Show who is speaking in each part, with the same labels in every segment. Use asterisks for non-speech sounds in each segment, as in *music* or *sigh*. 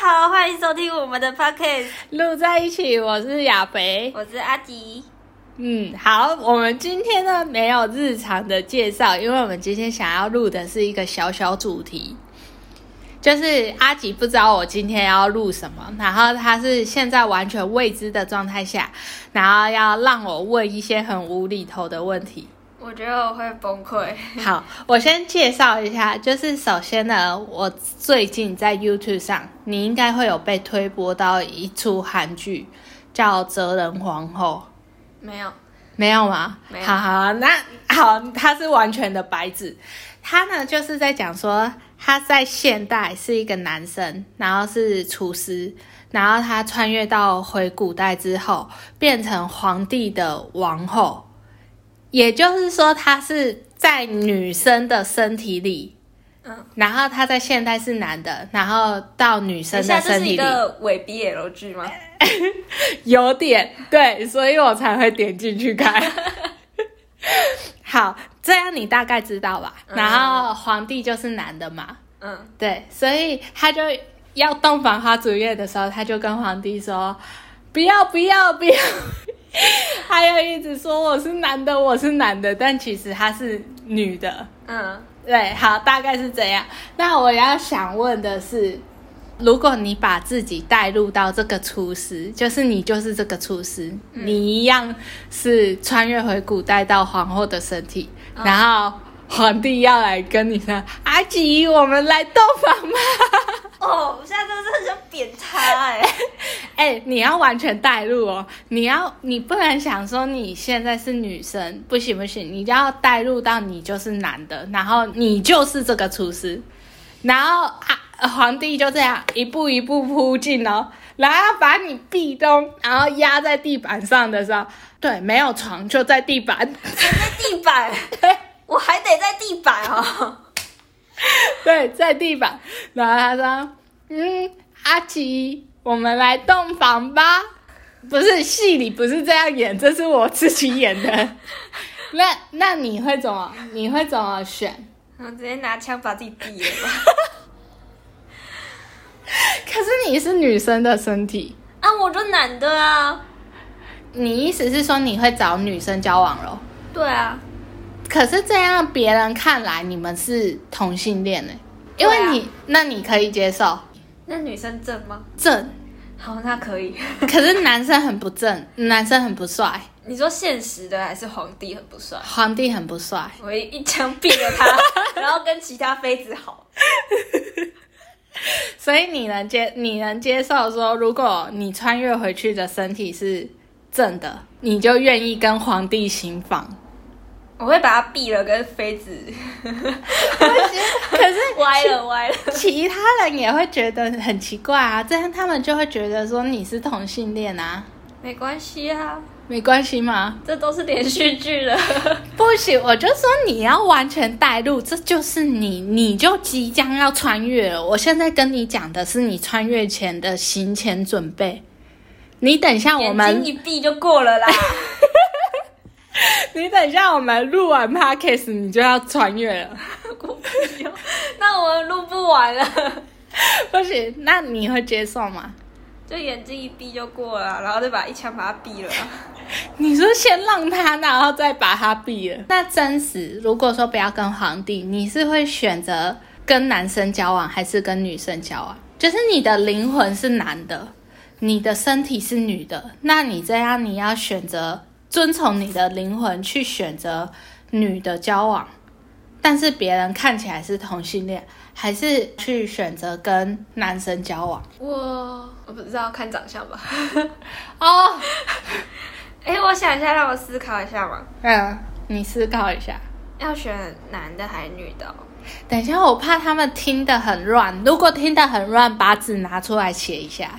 Speaker 1: 好，欢迎收听我们的 *laughs* podcast，
Speaker 2: 录在一起，我是亚肥。
Speaker 1: 我是阿迪。
Speaker 2: 嗯，好，我们今天呢没有日常的介绍，因为我们今天想要录的是一个小小主题，就是阿吉不知道我今天要录什么，然后他是现在完全未知的状态下，然后要让我问一些很无厘头的问题。
Speaker 1: 我觉得我会崩溃。
Speaker 2: 好，我先介绍一下，就是首先呢，我最近在 YouTube 上，你应该会有被推播到一出韩剧，叫《哲人皇后》。
Speaker 1: 没有，
Speaker 2: 没有吗？
Speaker 1: 没有
Speaker 2: 好好，那好，他是完全的白纸。他呢，就是在讲说他在现代是一个男生，然后是厨师，然后他穿越到回古代之后，变成皇帝的王后，也就是说，他是在女生的身体里。
Speaker 1: 嗯，
Speaker 2: 然后他在现代是男的，然后到女
Speaker 1: 等
Speaker 2: 生
Speaker 1: 一下
Speaker 2: 的
Speaker 1: 这
Speaker 2: 身
Speaker 1: 是一
Speaker 2: 体里，
Speaker 1: 个伪 BL 剧吗？
Speaker 2: 有点对，所以我才会点进去看。好，这样你大概知道吧？
Speaker 1: 嗯
Speaker 2: 然后皇帝就是男的嘛，
Speaker 1: 嗯，
Speaker 2: 对，所以他就要洞房花烛夜的时候，他就跟皇帝说：“不要，不要，不要。” *laughs* 他又一直说我是男的，我是男的，但其实他是女的。
Speaker 1: 嗯，
Speaker 2: 对，好，大概是这样。那我要想问的是，如果你把自己带入到这个厨师，就是你就是这个厨师，你一样是穿越回古代到皇后的身体，然后皇帝要来跟你说：“阿吉，我们来洞房吧。 *laughs*
Speaker 1: 哦，我现在真的很想扁他哎、
Speaker 2: 哎、你要完全带入哦，你要你不能想说你现在是女生，不行不行，你要带入到你就是男的，然后你就是这个厨师，然后啊呃皇帝就这样一步一步扑进哦，然后把你壁咚，然后压在地板上的时候，对，没有床就在地板，
Speaker 1: *laughs* 在地板，我还得在地板哦。 *laughs*
Speaker 2: *laughs* 对，在地板，然后他说，嗯，阿奇，我们来洞房吧。不是戏里不是这样演，这是我自己演的。 *laughs* 那那你会怎么？你会怎么选？
Speaker 1: 我直接拿枪把自己毙了吧。
Speaker 2: 可是你是女生的身体，
Speaker 1: *laughs* 啊，我就男的啊。
Speaker 2: 你意思是说你会找女生交往咯？
Speaker 1: 对啊，
Speaker 2: 可是这样别人看来你们是同性恋呢、
Speaker 1: 对
Speaker 2: 因为
Speaker 1: 啊
Speaker 2: 你、那你可以接受
Speaker 1: 那女生正吗？
Speaker 2: 正，
Speaker 1: 好，那可以。 *laughs*
Speaker 2: 可是男生很不正，男生很不帅，
Speaker 1: 你说现实的还是皇帝很不帅？
Speaker 2: 皇帝很不帅。
Speaker 1: 我一一枪毙了 *laughs* 他，然后跟其他妃子好。
Speaker 2: 所以你能接你能接受说，如果你穿越回去的身体是正的，你就愿意跟皇帝行房。
Speaker 1: 我会把他毙了，跟妃子
Speaker 2: *laughs* 可是
Speaker 1: 歪 *laughs* 了歪了。
Speaker 2: 其他人也会觉得很奇怪啊，这样他们就会觉得说你是同性恋啊，
Speaker 1: 没关系啊，
Speaker 2: 没关系吗？
Speaker 1: 这都是连续剧 *laughs* 了。
Speaker 2: 不行，我就说你要完全带入，这就是你，你就即将要穿越了。我现在跟你讲的是你穿越前的行前准备。你等一下，我
Speaker 1: 眼
Speaker 2: 们
Speaker 1: 睛一闭就过了 *laughs* 啦。
Speaker 2: 你等一下，我们录完 podcast 你就要穿越了，
Speaker 1: 我不要那我们录不完了，
Speaker 2: 不行？那你会接受吗？
Speaker 1: 就眼睛一闭就过了啊，然后再把一枪把他毙了啊。
Speaker 2: 你说先让他，然后再把他毙了。那真实，如果说不要跟皇帝，你是会选择跟男生交往，还是跟女生交往？就是你的灵魂是男的，你的身体是女的，那你这样你要选择遵从你的灵魂去选择女的交往，但是别人看起来是同性恋，还是去选择跟男生交往？
Speaker 1: 我我不知道，看长相吧。 *laughs*
Speaker 2: 哦，
Speaker 1: 哎、我想一下，让我思考一下嘛。
Speaker 2: 嗯，你思考一下。
Speaker 1: 要选男的还是女的哦、
Speaker 2: 等一下，我怕他们听得很乱。如果听得很乱，把纸拿出来写一下。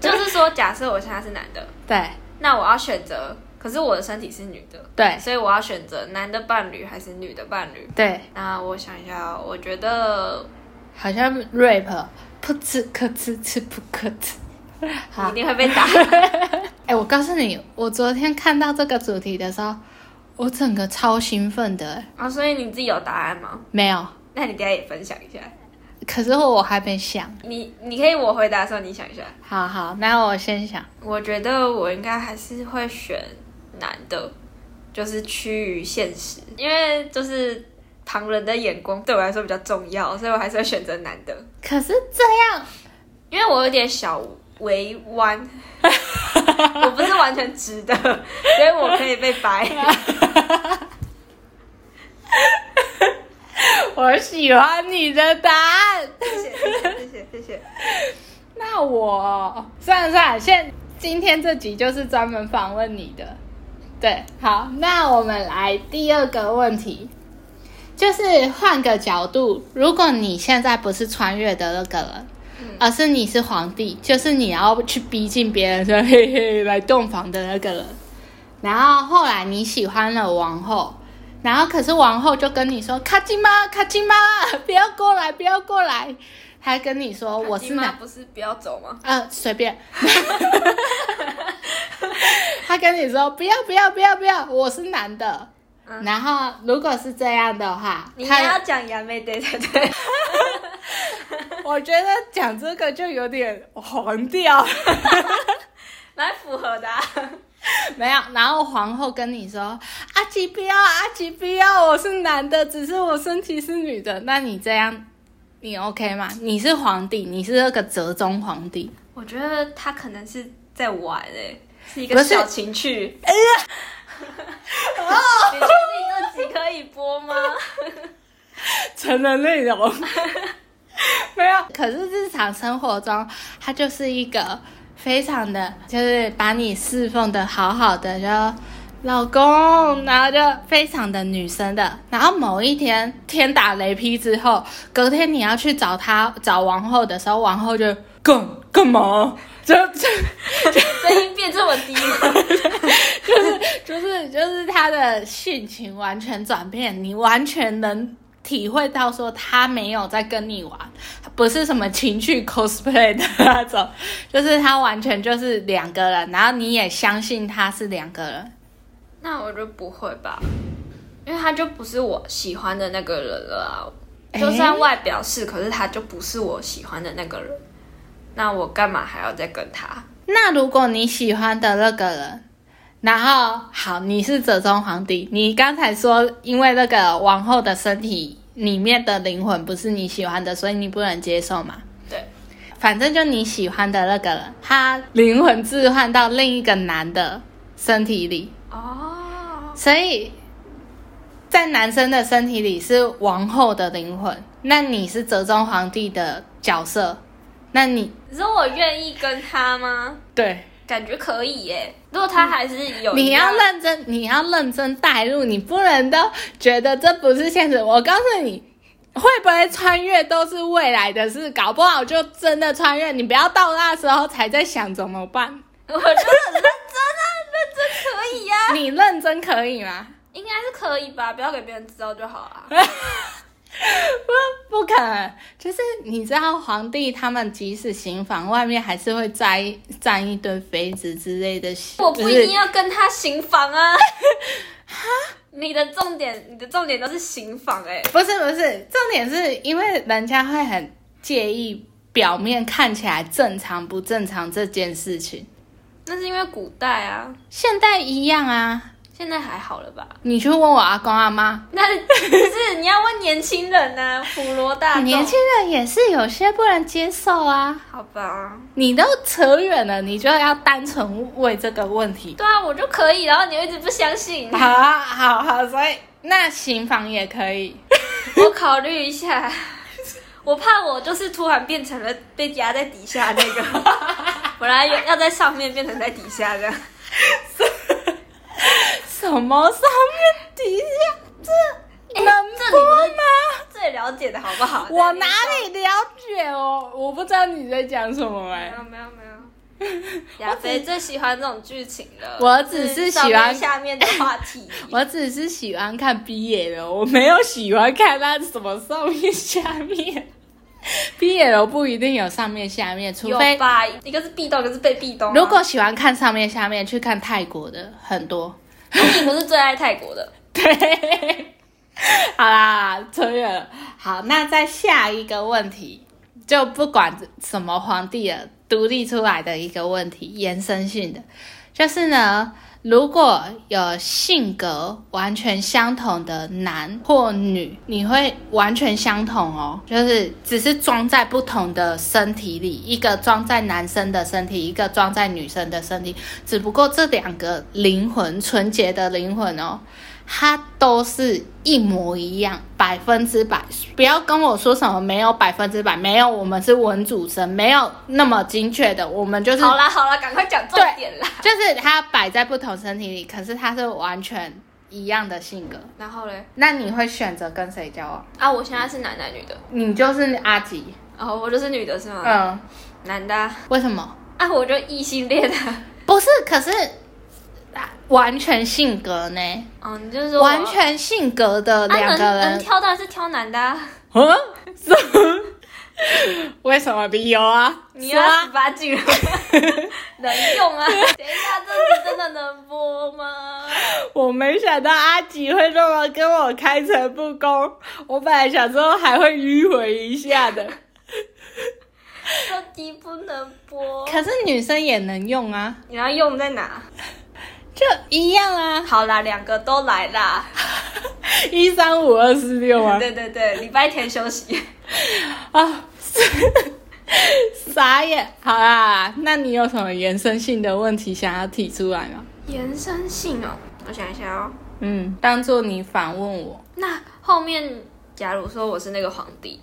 Speaker 1: 就是说，假设我现在是男的，
Speaker 2: 对
Speaker 1: 那我要选择，可是我的身体是女的，
Speaker 2: 对
Speaker 1: 所以我要选择男的伴侣还是女的伴侣。
Speaker 2: 对，
Speaker 1: 那我想一下哦，我觉得
Speaker 2: 好像 rap 噗呲咳呲呲噗咳呲。
Speaker 1: 你
Speaker 2: 好
Speaker 1: 一，定会被
Speaker 2: *laughs*
Speaker 1: 打。
Speaker 2: 哎、我告诉你，我昨天看到这个主题的时候，我整个超兴奋的。
Speaker 1: 哦啊，所以你自己有答案吗？
Speaker 2: 没有，
Speaker 1: 那你等一下也分享一下。
Speaker 2: 可是我还没想。
Speaker 1: 你你可以我回答的时候你想一下，
Speaker 2: 好好，那我先想。
Speaker 1: 我觉得我应该还是会选男的，就是趋于现实，因为就是旁人的眼光对我来说比较重要，所以我还是会选择男的，
Speaker 2: 可是这样， *laughs*
Speaker 1: 因为我有点小围弯，我不是完全直的，所以我可以被
Speaker 2: *laughs*
Speaker 1: 掰。
Speaker 2: 我喜欢你的答案。
Speaker 1: 谢谢谢谢谢谢，
Speaker 2: 那我哦算了算了，现今天这集就是专门访问你的。对，好，那我们来第二个问题，就是换个角度，如果你现在不是穿越的那个人，而是你是皇帝，就是你要去逼近别人说嘿嘿来洞房的那个人，然后后来你喜欢了王后。然后可是王后就跟你说：“卡金妈，卡金妈，不要过来，不要过来。”还跟你说：“我是
Speaker 1: 你妈
Speaker 2: 哪
Speaker 1: 不是不要走吗？
Speaker 2: 呃，随便。 *laughs* 他跟你说不要不要不要不要，我是男的。
Speaker 1: 嗯
Speaker 2: 然后如果是这样的话，
Speaker 1: 你应该要
Speaker 2: 他
Speaker 1: 讲杨妹对对对，
Speaker 2: 我觉得讲这个就有点黄掉。
Speaker 1: 蛮符合的啊、
Speaker 2: *laughs* 没有，然后皇后跟你说阿吉不要阿吉不要，我是男的，只是我身体是女的。那你这样，你 OK 吗？你是皇帝，你是那个折中皇帝。
Speaker 1: 我觉得他可能是在玩哎、是一
Speaker 2: 不
Speaker 1: 个
Speaker 2: 是
Speaker 1: 小情 *laughs* 趣。哎呀，你确定这集可以播 *laughs* 吗？
Speaker 2: *laughs* 成人内容。没有，可是日常生活中，他就是一个非常的，就是把你侍奉的好好的，就老公，然后就非常的女生的。然后某一天天打雷劈之后，隔天你要去找他找王后的时候，王后就干干嘛？就就
Speaker 1: 声音变这么低吗？
Speaker 2: *laughs* 就是就是就是他的性情完全转变，你完全能体会到说他没有在跟你玩，不是什么情趣 cosplay 的 *laughs* 那种，就是他完全就是两个人，然后你也相信他是两个人。
Speaker 1: 那我就不会吧，因为他就不是我喜欢的那个人了啊。
Speaker 2: 哎
Speaker 1: 就算外表是，可是他就不是我喜欢的那个人。那我干嘛还要再跟他？
Speaker 2: 那如果你喜欢的那个人，然后好，你是折中皇帝，你刚才说因为那个王后的身体里面的灵魂不是你喜欢的，所以你不能接受嘛？
Speaker 1: 对，
Speaker 2: 反正就你喜欢的那个人，他灵魂置换到另一个男的身体里，
Speaker 1: 哦，
Speaker 2: 所以在男生的身体里是王后的灵魂，那你是折中皇帝的角色，那你
Speaker 1: 你说我愿意跟他吗？
Speaker 2: 对。
Speaker 1: 感觉可以耶、如果他还是有
Speaker 2: 你
Speaker 1: 一样
Speaker 2: 要认真，你要认真带入，你不能都觉得这不是现实。我告诉你，会不会穿越都是未来的事，搞不好就真的穿越。你不要到那时候才在想怎么办。
Speaker 1: *laughs* 我觉得很认真啊，认真可以呀、
Speaker 2: 你认真可以吗？
Speaker 1: 应该是可以吧，不要给别人知道就好啊。
Speaker 2: 不可能，就是你知道皇帝他们即使行房，外面还是会站一站一堆妃子之类的。
Speaker 1: 我不
Speaker 2: 就
Speaker 1: 一
Speaker 2: 是
Speaker 1: 定要跟他行房啊。你的重点，你的重点都是行房哎、
Speaker 2: 不是不是，重点是因为人家会很介意表面看起来正常不正常这件事情。
Speaker 1: 那是因为古代啊，
Speaker 2: 现在一样啊，
Speaker 1: 现在还好了吧？
Speaker 2: 你去问我阿公阿妈，
Speaker 1: 那不是你要问年轻人呐、啊，普罗大众。
Speaker 2: *laughs* 年轻人也是有些不能接受啊。
Speaker 1: 好吧？
Speaker 2: 你都扯远了，你就要单纯问这个问题。
Speaker 1: 对啊，我就可以，然后你又一直不相信，
Speaker 2: 好啊好好，所以那刑房也可以。
Speaker 1: *laughs* 我考虑一下。 *laughs* 我怕我就是突然变成了被压在底下那
Speaker 2: *laughs*
Speaker 1: 个，本来有要在上面变成在底下的。 *laughs*
Speaker 2: 什么上面底下这能
Speaker 1: 这里
Speaker 2: 播
Speaker 1: 不是
Speaker 2: 吗？
Speaker 1: 最了解的好不好？
Speaker 2: *laughs* 我哪里了解哦？我不知道你在讲什么哎、
Speaker 1: 没有没有没有，亚飞最喜欢这种剧情了。
Speaker 2: 我只是喜
Speaker 1: 上
Speaker 2: 欢
Speaker 1: 面下面的话题。
Speaker 2: *laughs* *laughs* 我只是喜欢看 BL，我没有喜欢看它什么上面下面。BL 不一定有上面下面，除
Speaker 1: 有
Speaker 2: 非
Speaker 1: 吧？一个是壁咚，一个是被壁咚啊、
Speaker 2: 如果喜欢看上面下面，去看泰国的很多。
Speaker 1: 你不是最爱泰国的，
Speaker 2: *laughs* 对，好啦，扯远了。好，那再下一个问题，就不管什么皇帝了，独立出来的一个问题，延伸性的，就是呢，如果有性格完全相同的男或女，你会完全相同哦，就是只是装在不同的身体里，一个装在男生的身体，一个装在女生的身体，只不过这两个灵魂，纯洁的灵魂哦，它都是一模一样，百分之百。不要跟我说什么没有百分之百，没有，我们是文主生，没有那么精确的，我们就是
Speaker 1: 好啦好啦，赶快讲重点
Speaker 2: *laughs*
Speaker 1: 啦。
Speaker 2: 就是它摆在不同身体里，可是它是完全一样的性格。
Speaker 1: 然后嘞，
Speaker 2: 那你会选择跟谁交往？
Speaker 1: 啊，我现在是男男女的，
Speaker 2: 你就是阿吉，
Speaker 1: 然、后我就是女的是吗？
Speaker 2: 嗯，
Speaker 1: 男的啊，
Speaker 2: 为什么？
Speaker 1: 啊我就异性恋啊。
Speaker 2: 不是，可是啊完全性格呢？
Speaker 1: 哦，你就是说我
Speaker 2: 完全性格的
Speaker 1: 啊
Speaker 2: 两
Speaker 1: 能
Speaker 2: 个
Speaker 1: 能
Speaker 2: 人，
Speaker 1: 挑当然是挑男的、啊，
Speaker 2: 嗯、 *laughs* 为什么理由啊？
Speaker 1: 你
Speaker 2: 是
Speaker 1: 要
Speaker 2: 啊
Speaker 1: 十八禁了吗，能用 *laughs* 啊？等一下，这集真的能播吗？
Speaker 2: *laughs* 我没想到阿吉会那么跟我开诚布公，我本来想说还会迂回一下的，
Speaker 1: 这集不能播，
Speaker 2: 可是女生也能用啊，
Speaker 1: 你要用在哪？
Speaker 2: 就一样啊，
Speaker 1: 好啦，两个都来啦。
Speaker 2: 一三五二四六啊，
Speaker 1: 对对对，礼拜天休息。
Speaker 2: 啊， *laughs* 傻眼，好啦，那你有什么延伸性的问题想要提出来吗？
Speaker 1: 延伸性哦，我想一下哦。
Speaker 2: 嗯，当做你反问我，
Speaker 1: 那后面，假如说我是那个皇帝，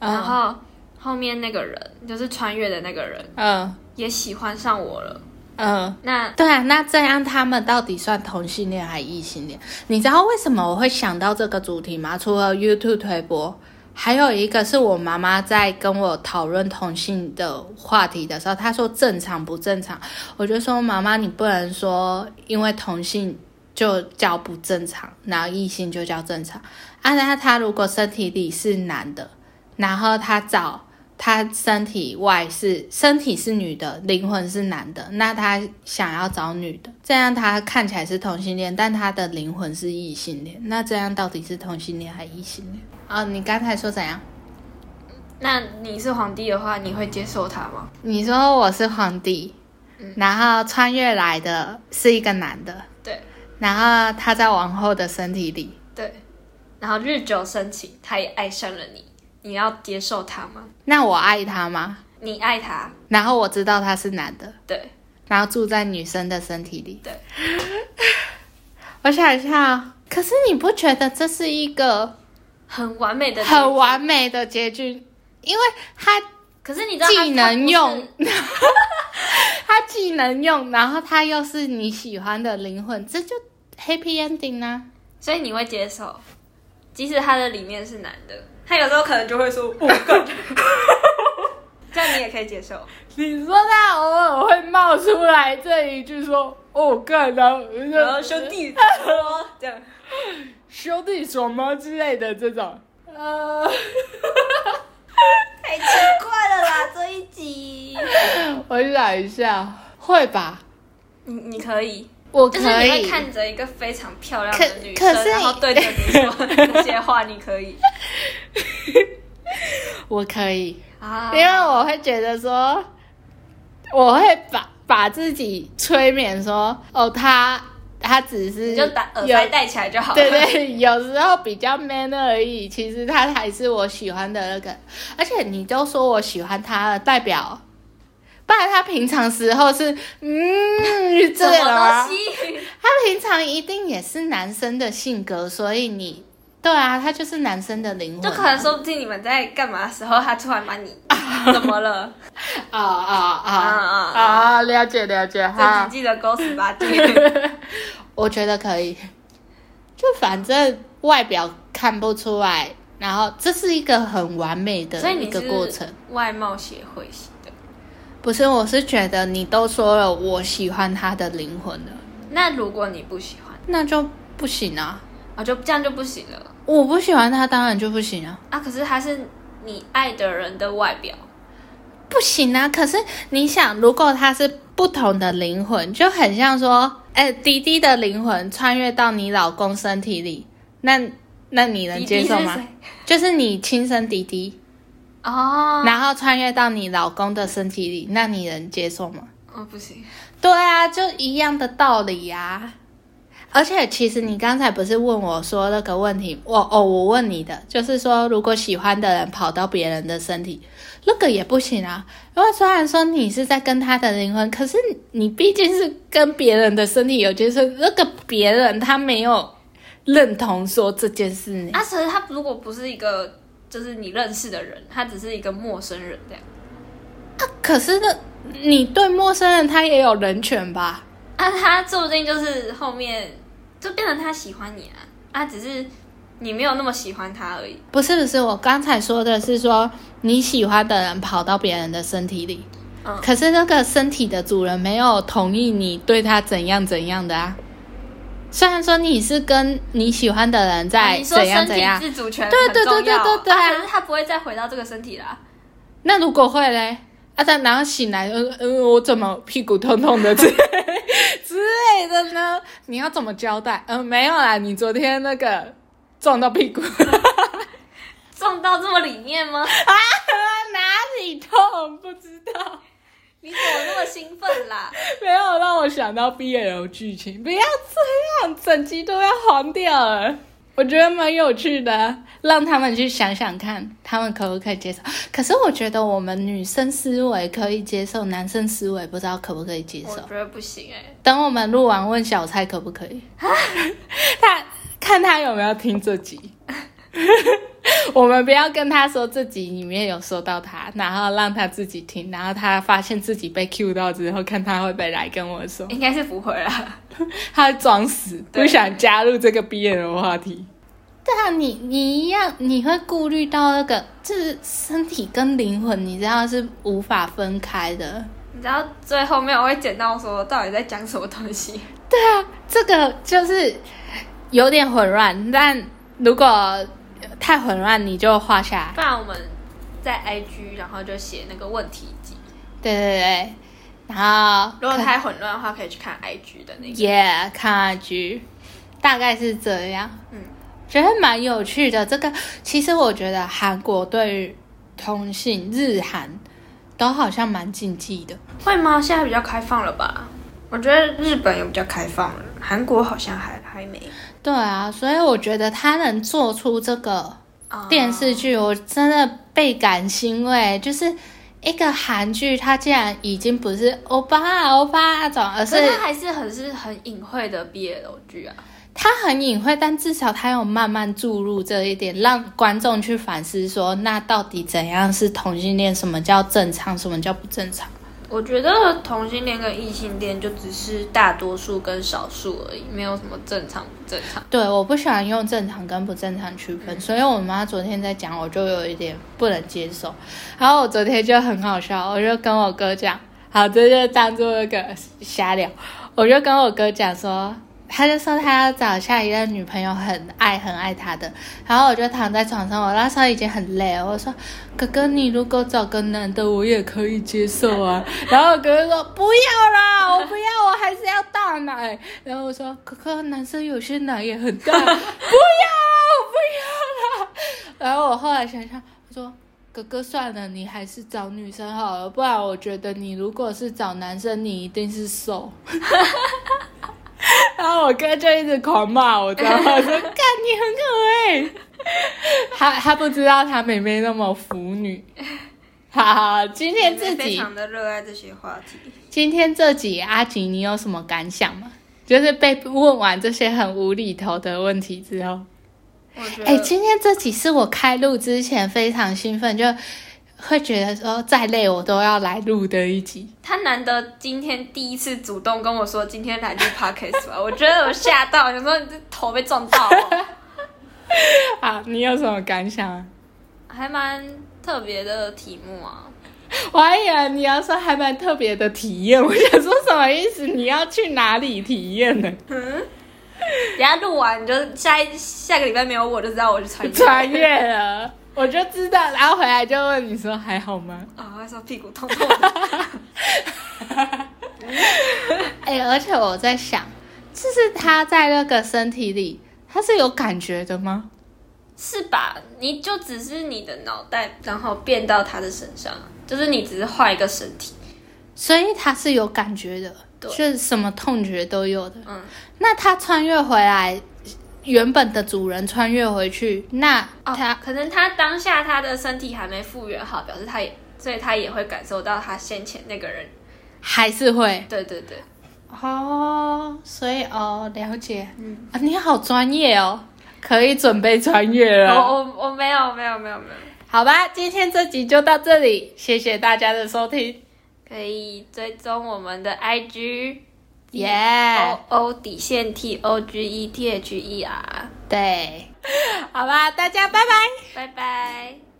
Speaker 2: 嗯
Speaker 1: 然后后面那个人就是穿越的那个人
Speaker 2: 嗯
Speaker 1: 也喜欢上我了，
Speaker 2: 嗯。
Speaker 1: 那
Speaker 2: 对啊，那这样他们到底算同性恋还异性恋？你知道为什么我会想到这个主题吗？除了 YouTube 推播，还有一个是我妈妈在跟我讨论同性的话题的时候，她说正常不正常，我就说妈妈，你不能说因为同性就叫不正常，然后异性就叫正常。啊，那他如果身体里是男的，然后他找他身体外是身体是女的，灵魂是男的，那他想要找女的，这样他看起来是同性恋，但他的灵魂是异性恋，那这样到底是同性恋还异性恋？哦，你刚才说怎样？
Speaker 1: 那你是皇帝的话，你会接受他吗？
Speaker 2: 你说我是皇帝，然后穿越来的是一个男的，
Speaker 1: 对
Speaker 2: 然后他在王后的身体里，
Speaker 1: 对，然后日久生情，他也爱上了你，你要接受他吗？
Speaker 2: 那我爱他吗？
Speaker 1: 你爱他，
Speaker 2: 然后我知道他是男的，
Speaker 1: 对
Speaker 2: 然后住在女生的身体里。
Speaker 1: 对，
Speaker 2: *laughs* 我想一下哦，可是你不觉得这是一个
Speaker 1: 很完美的，
Speaker 2: 很。完美的结局？因为他
Speaker 1: 可是你知道他
Speaker 2: 既能，
Speaker 1: 他
Speaker 2: 用
Speaker 1: 不是，
Speaker 2: *laughs* 他既能用，然后他又是你喜欢的灵魂，这就 happy ending 啊。
Speaker 1: 所以你会接受，即使他的里面是男的，他有时候可能就会说我干， *laughs* 这样你也可以接受。
Speaker 2: 你说他偶尔会冒出来这一句说“哦，干”，然后
Speaker 1: 然后兄弟说这样，
Speaker 2: 兄弟爽吗之类的这种，呃。
Speaker 1: 太奇怪了啦这一集。
Speaker 2: 我想一下，会吧？
Speaker 1: 你你可以，
Speaker 2: 我
Speaker 1: 就
Speaker 2: 可
Speaker 1: 是你
Speaker 2: 以。
Speaker 1: 会看着一个非常漂亮
Speaker 2: 可
Speaker 1: 的女
Speaker 2: 可
Speaker 1: 生，
Speaker 2: 是
Speaker 1: 然后对着你说
Speaker 2: *laughs*
Speaker 1: 这些话，你可以
Speaker 2: 我可以，
Speaker 1: 啊
Speaker 2: 因。为我会觉得说，我会把把自己催眠说，哦，他他只是
Speaker 1: 你就打耳
Speaker 2: 有
Speaker 1: 塞戴起来就好了。
Speaker 2: 对
Speaker 1: *laughs*
Speaker 2: 对，有时候比较 man 而已。其实他还是我喜欢的那个，而且你都说我喜欢他了，代表，不然他平常时候是
Speaker 1: *laughs*
Speaker 2: 嗯
Speaker 1: 什
Speaker 2: 这个
Speaker 1: 么
Speaker 2: 吗
Speaker 1: 东？西？
Speaker 2: 他平常一定也是男生的性格，所以你对啊，他就是男生的灵魂
Speaker 1: 就
Speaker 2: 啊。
Speaker 1: 可能说不定你们在干嘛的时候，他突然把
Speaker 2: *laughs*
Speaker 1: 你怎么了？
Speaker 2: 啊啊啊
Speaker 1: 啊
Speaker 2: 啊啊！了解了解
Speaker 1: 这
Speaker 2: 哈
Speaker 1: 集，记得勾十八禁。
Speaker 2: *laughs* 我觉得可以。就反正外表看不出来，然后这是一个很完美的
Speaker 1: 所以
Speaker 2: 一
Speaker 1: 你
Speaker 2: 个
Speaker 1: 是
Speaker 2: 过程。
Speaker 1: 外貌协会型的。
Speaker 2: 不是，我是觉得你都说了我喜欢他的灵魂了，
Speaker 1: 那如果你不喜欢，
Speaker 2: 那就不行啊！
Speaker 1: 啊，就这样就不行了
Speaker 2: 我不喜欢他，当然就不行啊。
Speaker 1: 啊。可是他是你爱的人的外表，
Speaker 2: 不行啊！可是你想，如果他是不同的灵魂，就很像说，哎、迪迪的灵魂穿越到你老公身体里，那那你能接受吗？
Speaker 1: 弟弟是谁
Speaker 2: 就是你亲生弟弟，
Speaker 1: 哦，
Speaker 2: 然后穿越到你老公的身体里，那你能接受吗？
Speaker 1: 哦不行，
Speaker 2: 对啊，就一样的道理啊。而且其实你刚才不是问我说那个问题，我哦，我问你的就是说，如果喜欢的人跑到别人的身体，那个也不行啊。因为虽然说你是在跟他的灵魂，可是你毕竟是跟别人的身体有接触，那个别人他没有认同说这件事呢。
Speaker 1: 啊，所以他如果不是一个就是你认识的人，他只是一个陌生人这样，
Speaker 2: 啊，可是那你对陌生人他也有人权吧？
Speaker 1: 啊，他说不定就是后面就变成他喜欢你啊，啊，只是你没有那么喜欢他而已。
Speaker 2: 不是不是，我刚才说的是说你喜欢的人跑到别人的身体里，
Speaker 1: 嗯
Speaker 2: 可是那个身体的主人没有同意你对他怎样怎样的啊。虽然说你是跟你喜欢的人
Speaker 1: 啊
Speaker 2: 在
Speaker 1: 你说
Speaker 2: 怎样
Speaker 1: 身
Speaker 2: 怎
Speaker 1: 体
Speaker 2: 样，
Speaker 1: 自主权
Speaker 2: 对
Speaker 1: 很
Speaker 2: 对对
Speaker 1: 重要
Speaker 2: 对对对
Speaker 1: 啊
Speaker 2: 啊
Speaker 1: 可是他不会再回到这个身体啦。
Speaker 2: 那如果会嘞，啊，但然后醒来，呃呃，我怎么屁股痛痛的之 *laughs* 类之类的呢？你要怎么交代？嗯、没有啦，你昨天那个撞到屁股。
Speaker 1: 撞到这么里面吗？
Speaker 2: 啊 *laughs* 哪里痛不知道，
Speaker 1: 你怎么那么兴奋
Speaker 2: *laughs*
Speaker 1: 啦？
Speaker 2: 没有让我想到 BL 剧情，不要这样，整集都要黄掉了。我觉得蛮有趣的，让他们去想想看，他们可不可以接受。可是我觉得我们女生思维可以接受，男生思维不知道可不可以接
Speaker 1: 我
Speaker 2: 受
Speaker 1: 觉。得不行哎、
Speaker 2: 等我们录完问小蔡可不可以， *laughs* 他看他有没有听这集。 *laughs* 我们不要跟他说自己里面有说到他，然后让他自己听，然后他发现自己被 Q 到之后，看他会不会来跟我说，
Speaker 1: 应该是不会啦。
Speaker 2: 他会装死，
Speaker 1: 对
Speaker 2: 不想加入这个 BL 话题。对啊，你你一样，你会顾虑到那个，就是身体跟灵魂，你知道是无法分开的。
Speaker 1: 你知道最后面我会剪到说到底在讲什么东西？ *laughs*
Speaker 2: 对啊，这个就是有点混乱，但如果太混乱，你就画下来。
Speaker 1: 不然我们在 IG 然后就写那个问题集，
Speaker 2: 对对对，然后
Speaker 1: 如果太混乱的话，可以去看 IG 的那个。
Speaker 2: 也看 IG，大概是这样。
Speaker 1: 嗯，
Speaker 2: 觉得蛮有趣的。这个其实我觉得韩国对于同性日韩都好像蛮禁忌的。
Speaker 1: 会吗？现在比较开放了吧？我觉得日本也比较开放了，韩国好像还还没。
Speaker 2: 对啊，所以我觉得他能做出这个
Speaker 1: 啊
Speaker 2: 电视剧，我真的倍感欣慰，就是。一个韩剧，它竟然已经不是欧巴啊欧巴那种，而是
Speaker 1: 可是它还是很是很隐晦的 BL 剧啊。
Speaker 2: 它很隐晦，但至少它有慢慢注入这一点，让观众去反思说，那到底怎样是同性恋？什么叫正常？什么叫不正常？
Speaker 1: 我觉得同性恋跟异性恋就只是大多数跟少数而已，没有什么正常不正常。
Speaker 2: 对，我不喜欢用正常跟不正常区分，所以我妈昨天在讲，我就有一点不能接受。然后我昨天就很好笑，我就跟我哥讲，好，这就当做一个瞎聊。我就跟我哥讲说，他就说他要找下一任女朋友，很爱很爱他的。然后我就躺在床上，我那时候已经很累了，我说哥哥，你如果找个男的，我也可以接受啊。然后我哥哥说不要啦，我不要，我还是要大奶。然后我说哥哥，男生有些奶也很大，不要啊，我不要啦。然后我后来想想，我说。哥哥，算了，你还是找女生好了，不然我觉得你如果是找男生，你一定是瘦。 *laughs* 然后我哥就一直狂骂我，知道吗？说 *laughs* 干你很可爱。他他不知道他妹妹那么腐女。 *laughs* 好，今天这
Speaker 1: 非
Speaker 2: 集
Speaker 1: 常的热爱这些话题，
Speaker 2: 今天这集阿吉，你有什么感想吗？就是被问完这些很无厘头的问题之后，
Speaker 1: 我觉得、
Speaker 2: 哎、今天这集是我开录之前非常兴奋，就会觉得说再累我都要来录的一集。
Speaker 1: 他难得今天第一次主动跟我说今天来录 podcast 吧，我觉得我吓到，想说你这头被撞到哦、
Speaker 2: *laughs*
Speaker 1: *laughs*
Speaker 2: 啊，你有什么感想啊？
Speaker 1: 还蛮特别的题目啊。
Speaker 2: 我还以为你要说还蛮特别的体验，我想说什么意思？你要去哪里体验呢？
Speaker 1: 等一下录完你就下一下个礼拜没有我就知道我去穿越
Speaker 2: 穿越了，我就知道，然后回来就问你说还好吗？
Speaker 1: 啊，我会说屁股痛痛的，
Speaker 2: *laughs*
Speaker 1: *laughs*
Speaker 2: 哎、而且我在想，就是他在那个身体里，他是有感觉的吗？
Speaker 1: 是吧？你就只是你的脑袋，然后变到他的身上，就是你只是换一个身体。
Speaker 2: 所以他是有感觉的，
Speaker 1: 对
Speaker 2: 就是什么痛觉都有的。
Speaker 1: 嗯，
Speaker 2: 那他穿越回来，原本的主人穿越回去，那
Speaker 1: 哦
Speaker 2: 他、，
Speaker 1: 可能他当下他的身体还没复原好，表示他也，所以他也会感受到他先前那个人。
Speaker 2: 还是会
Speaker 1: 对对对，
Speaker 2: 哦，所以哦，了解，嗯啊，你好专业哦，可以准备穿越
Speaker 1: 我
Speaker 2: 了。
Speaker 1: 我我没有没有没有没有，
Speaker 2: 好吧，今天这集就到这里，谢谢大家的收听，
Speaker 1: 可以追踪我们的 IG
Speaker 2: 耶、哎
Speaker 1: O O 底线 T O G E T H E R，
Speaker 2: 对，好吧，大家拜拜。
Speaker 1: 拜拜。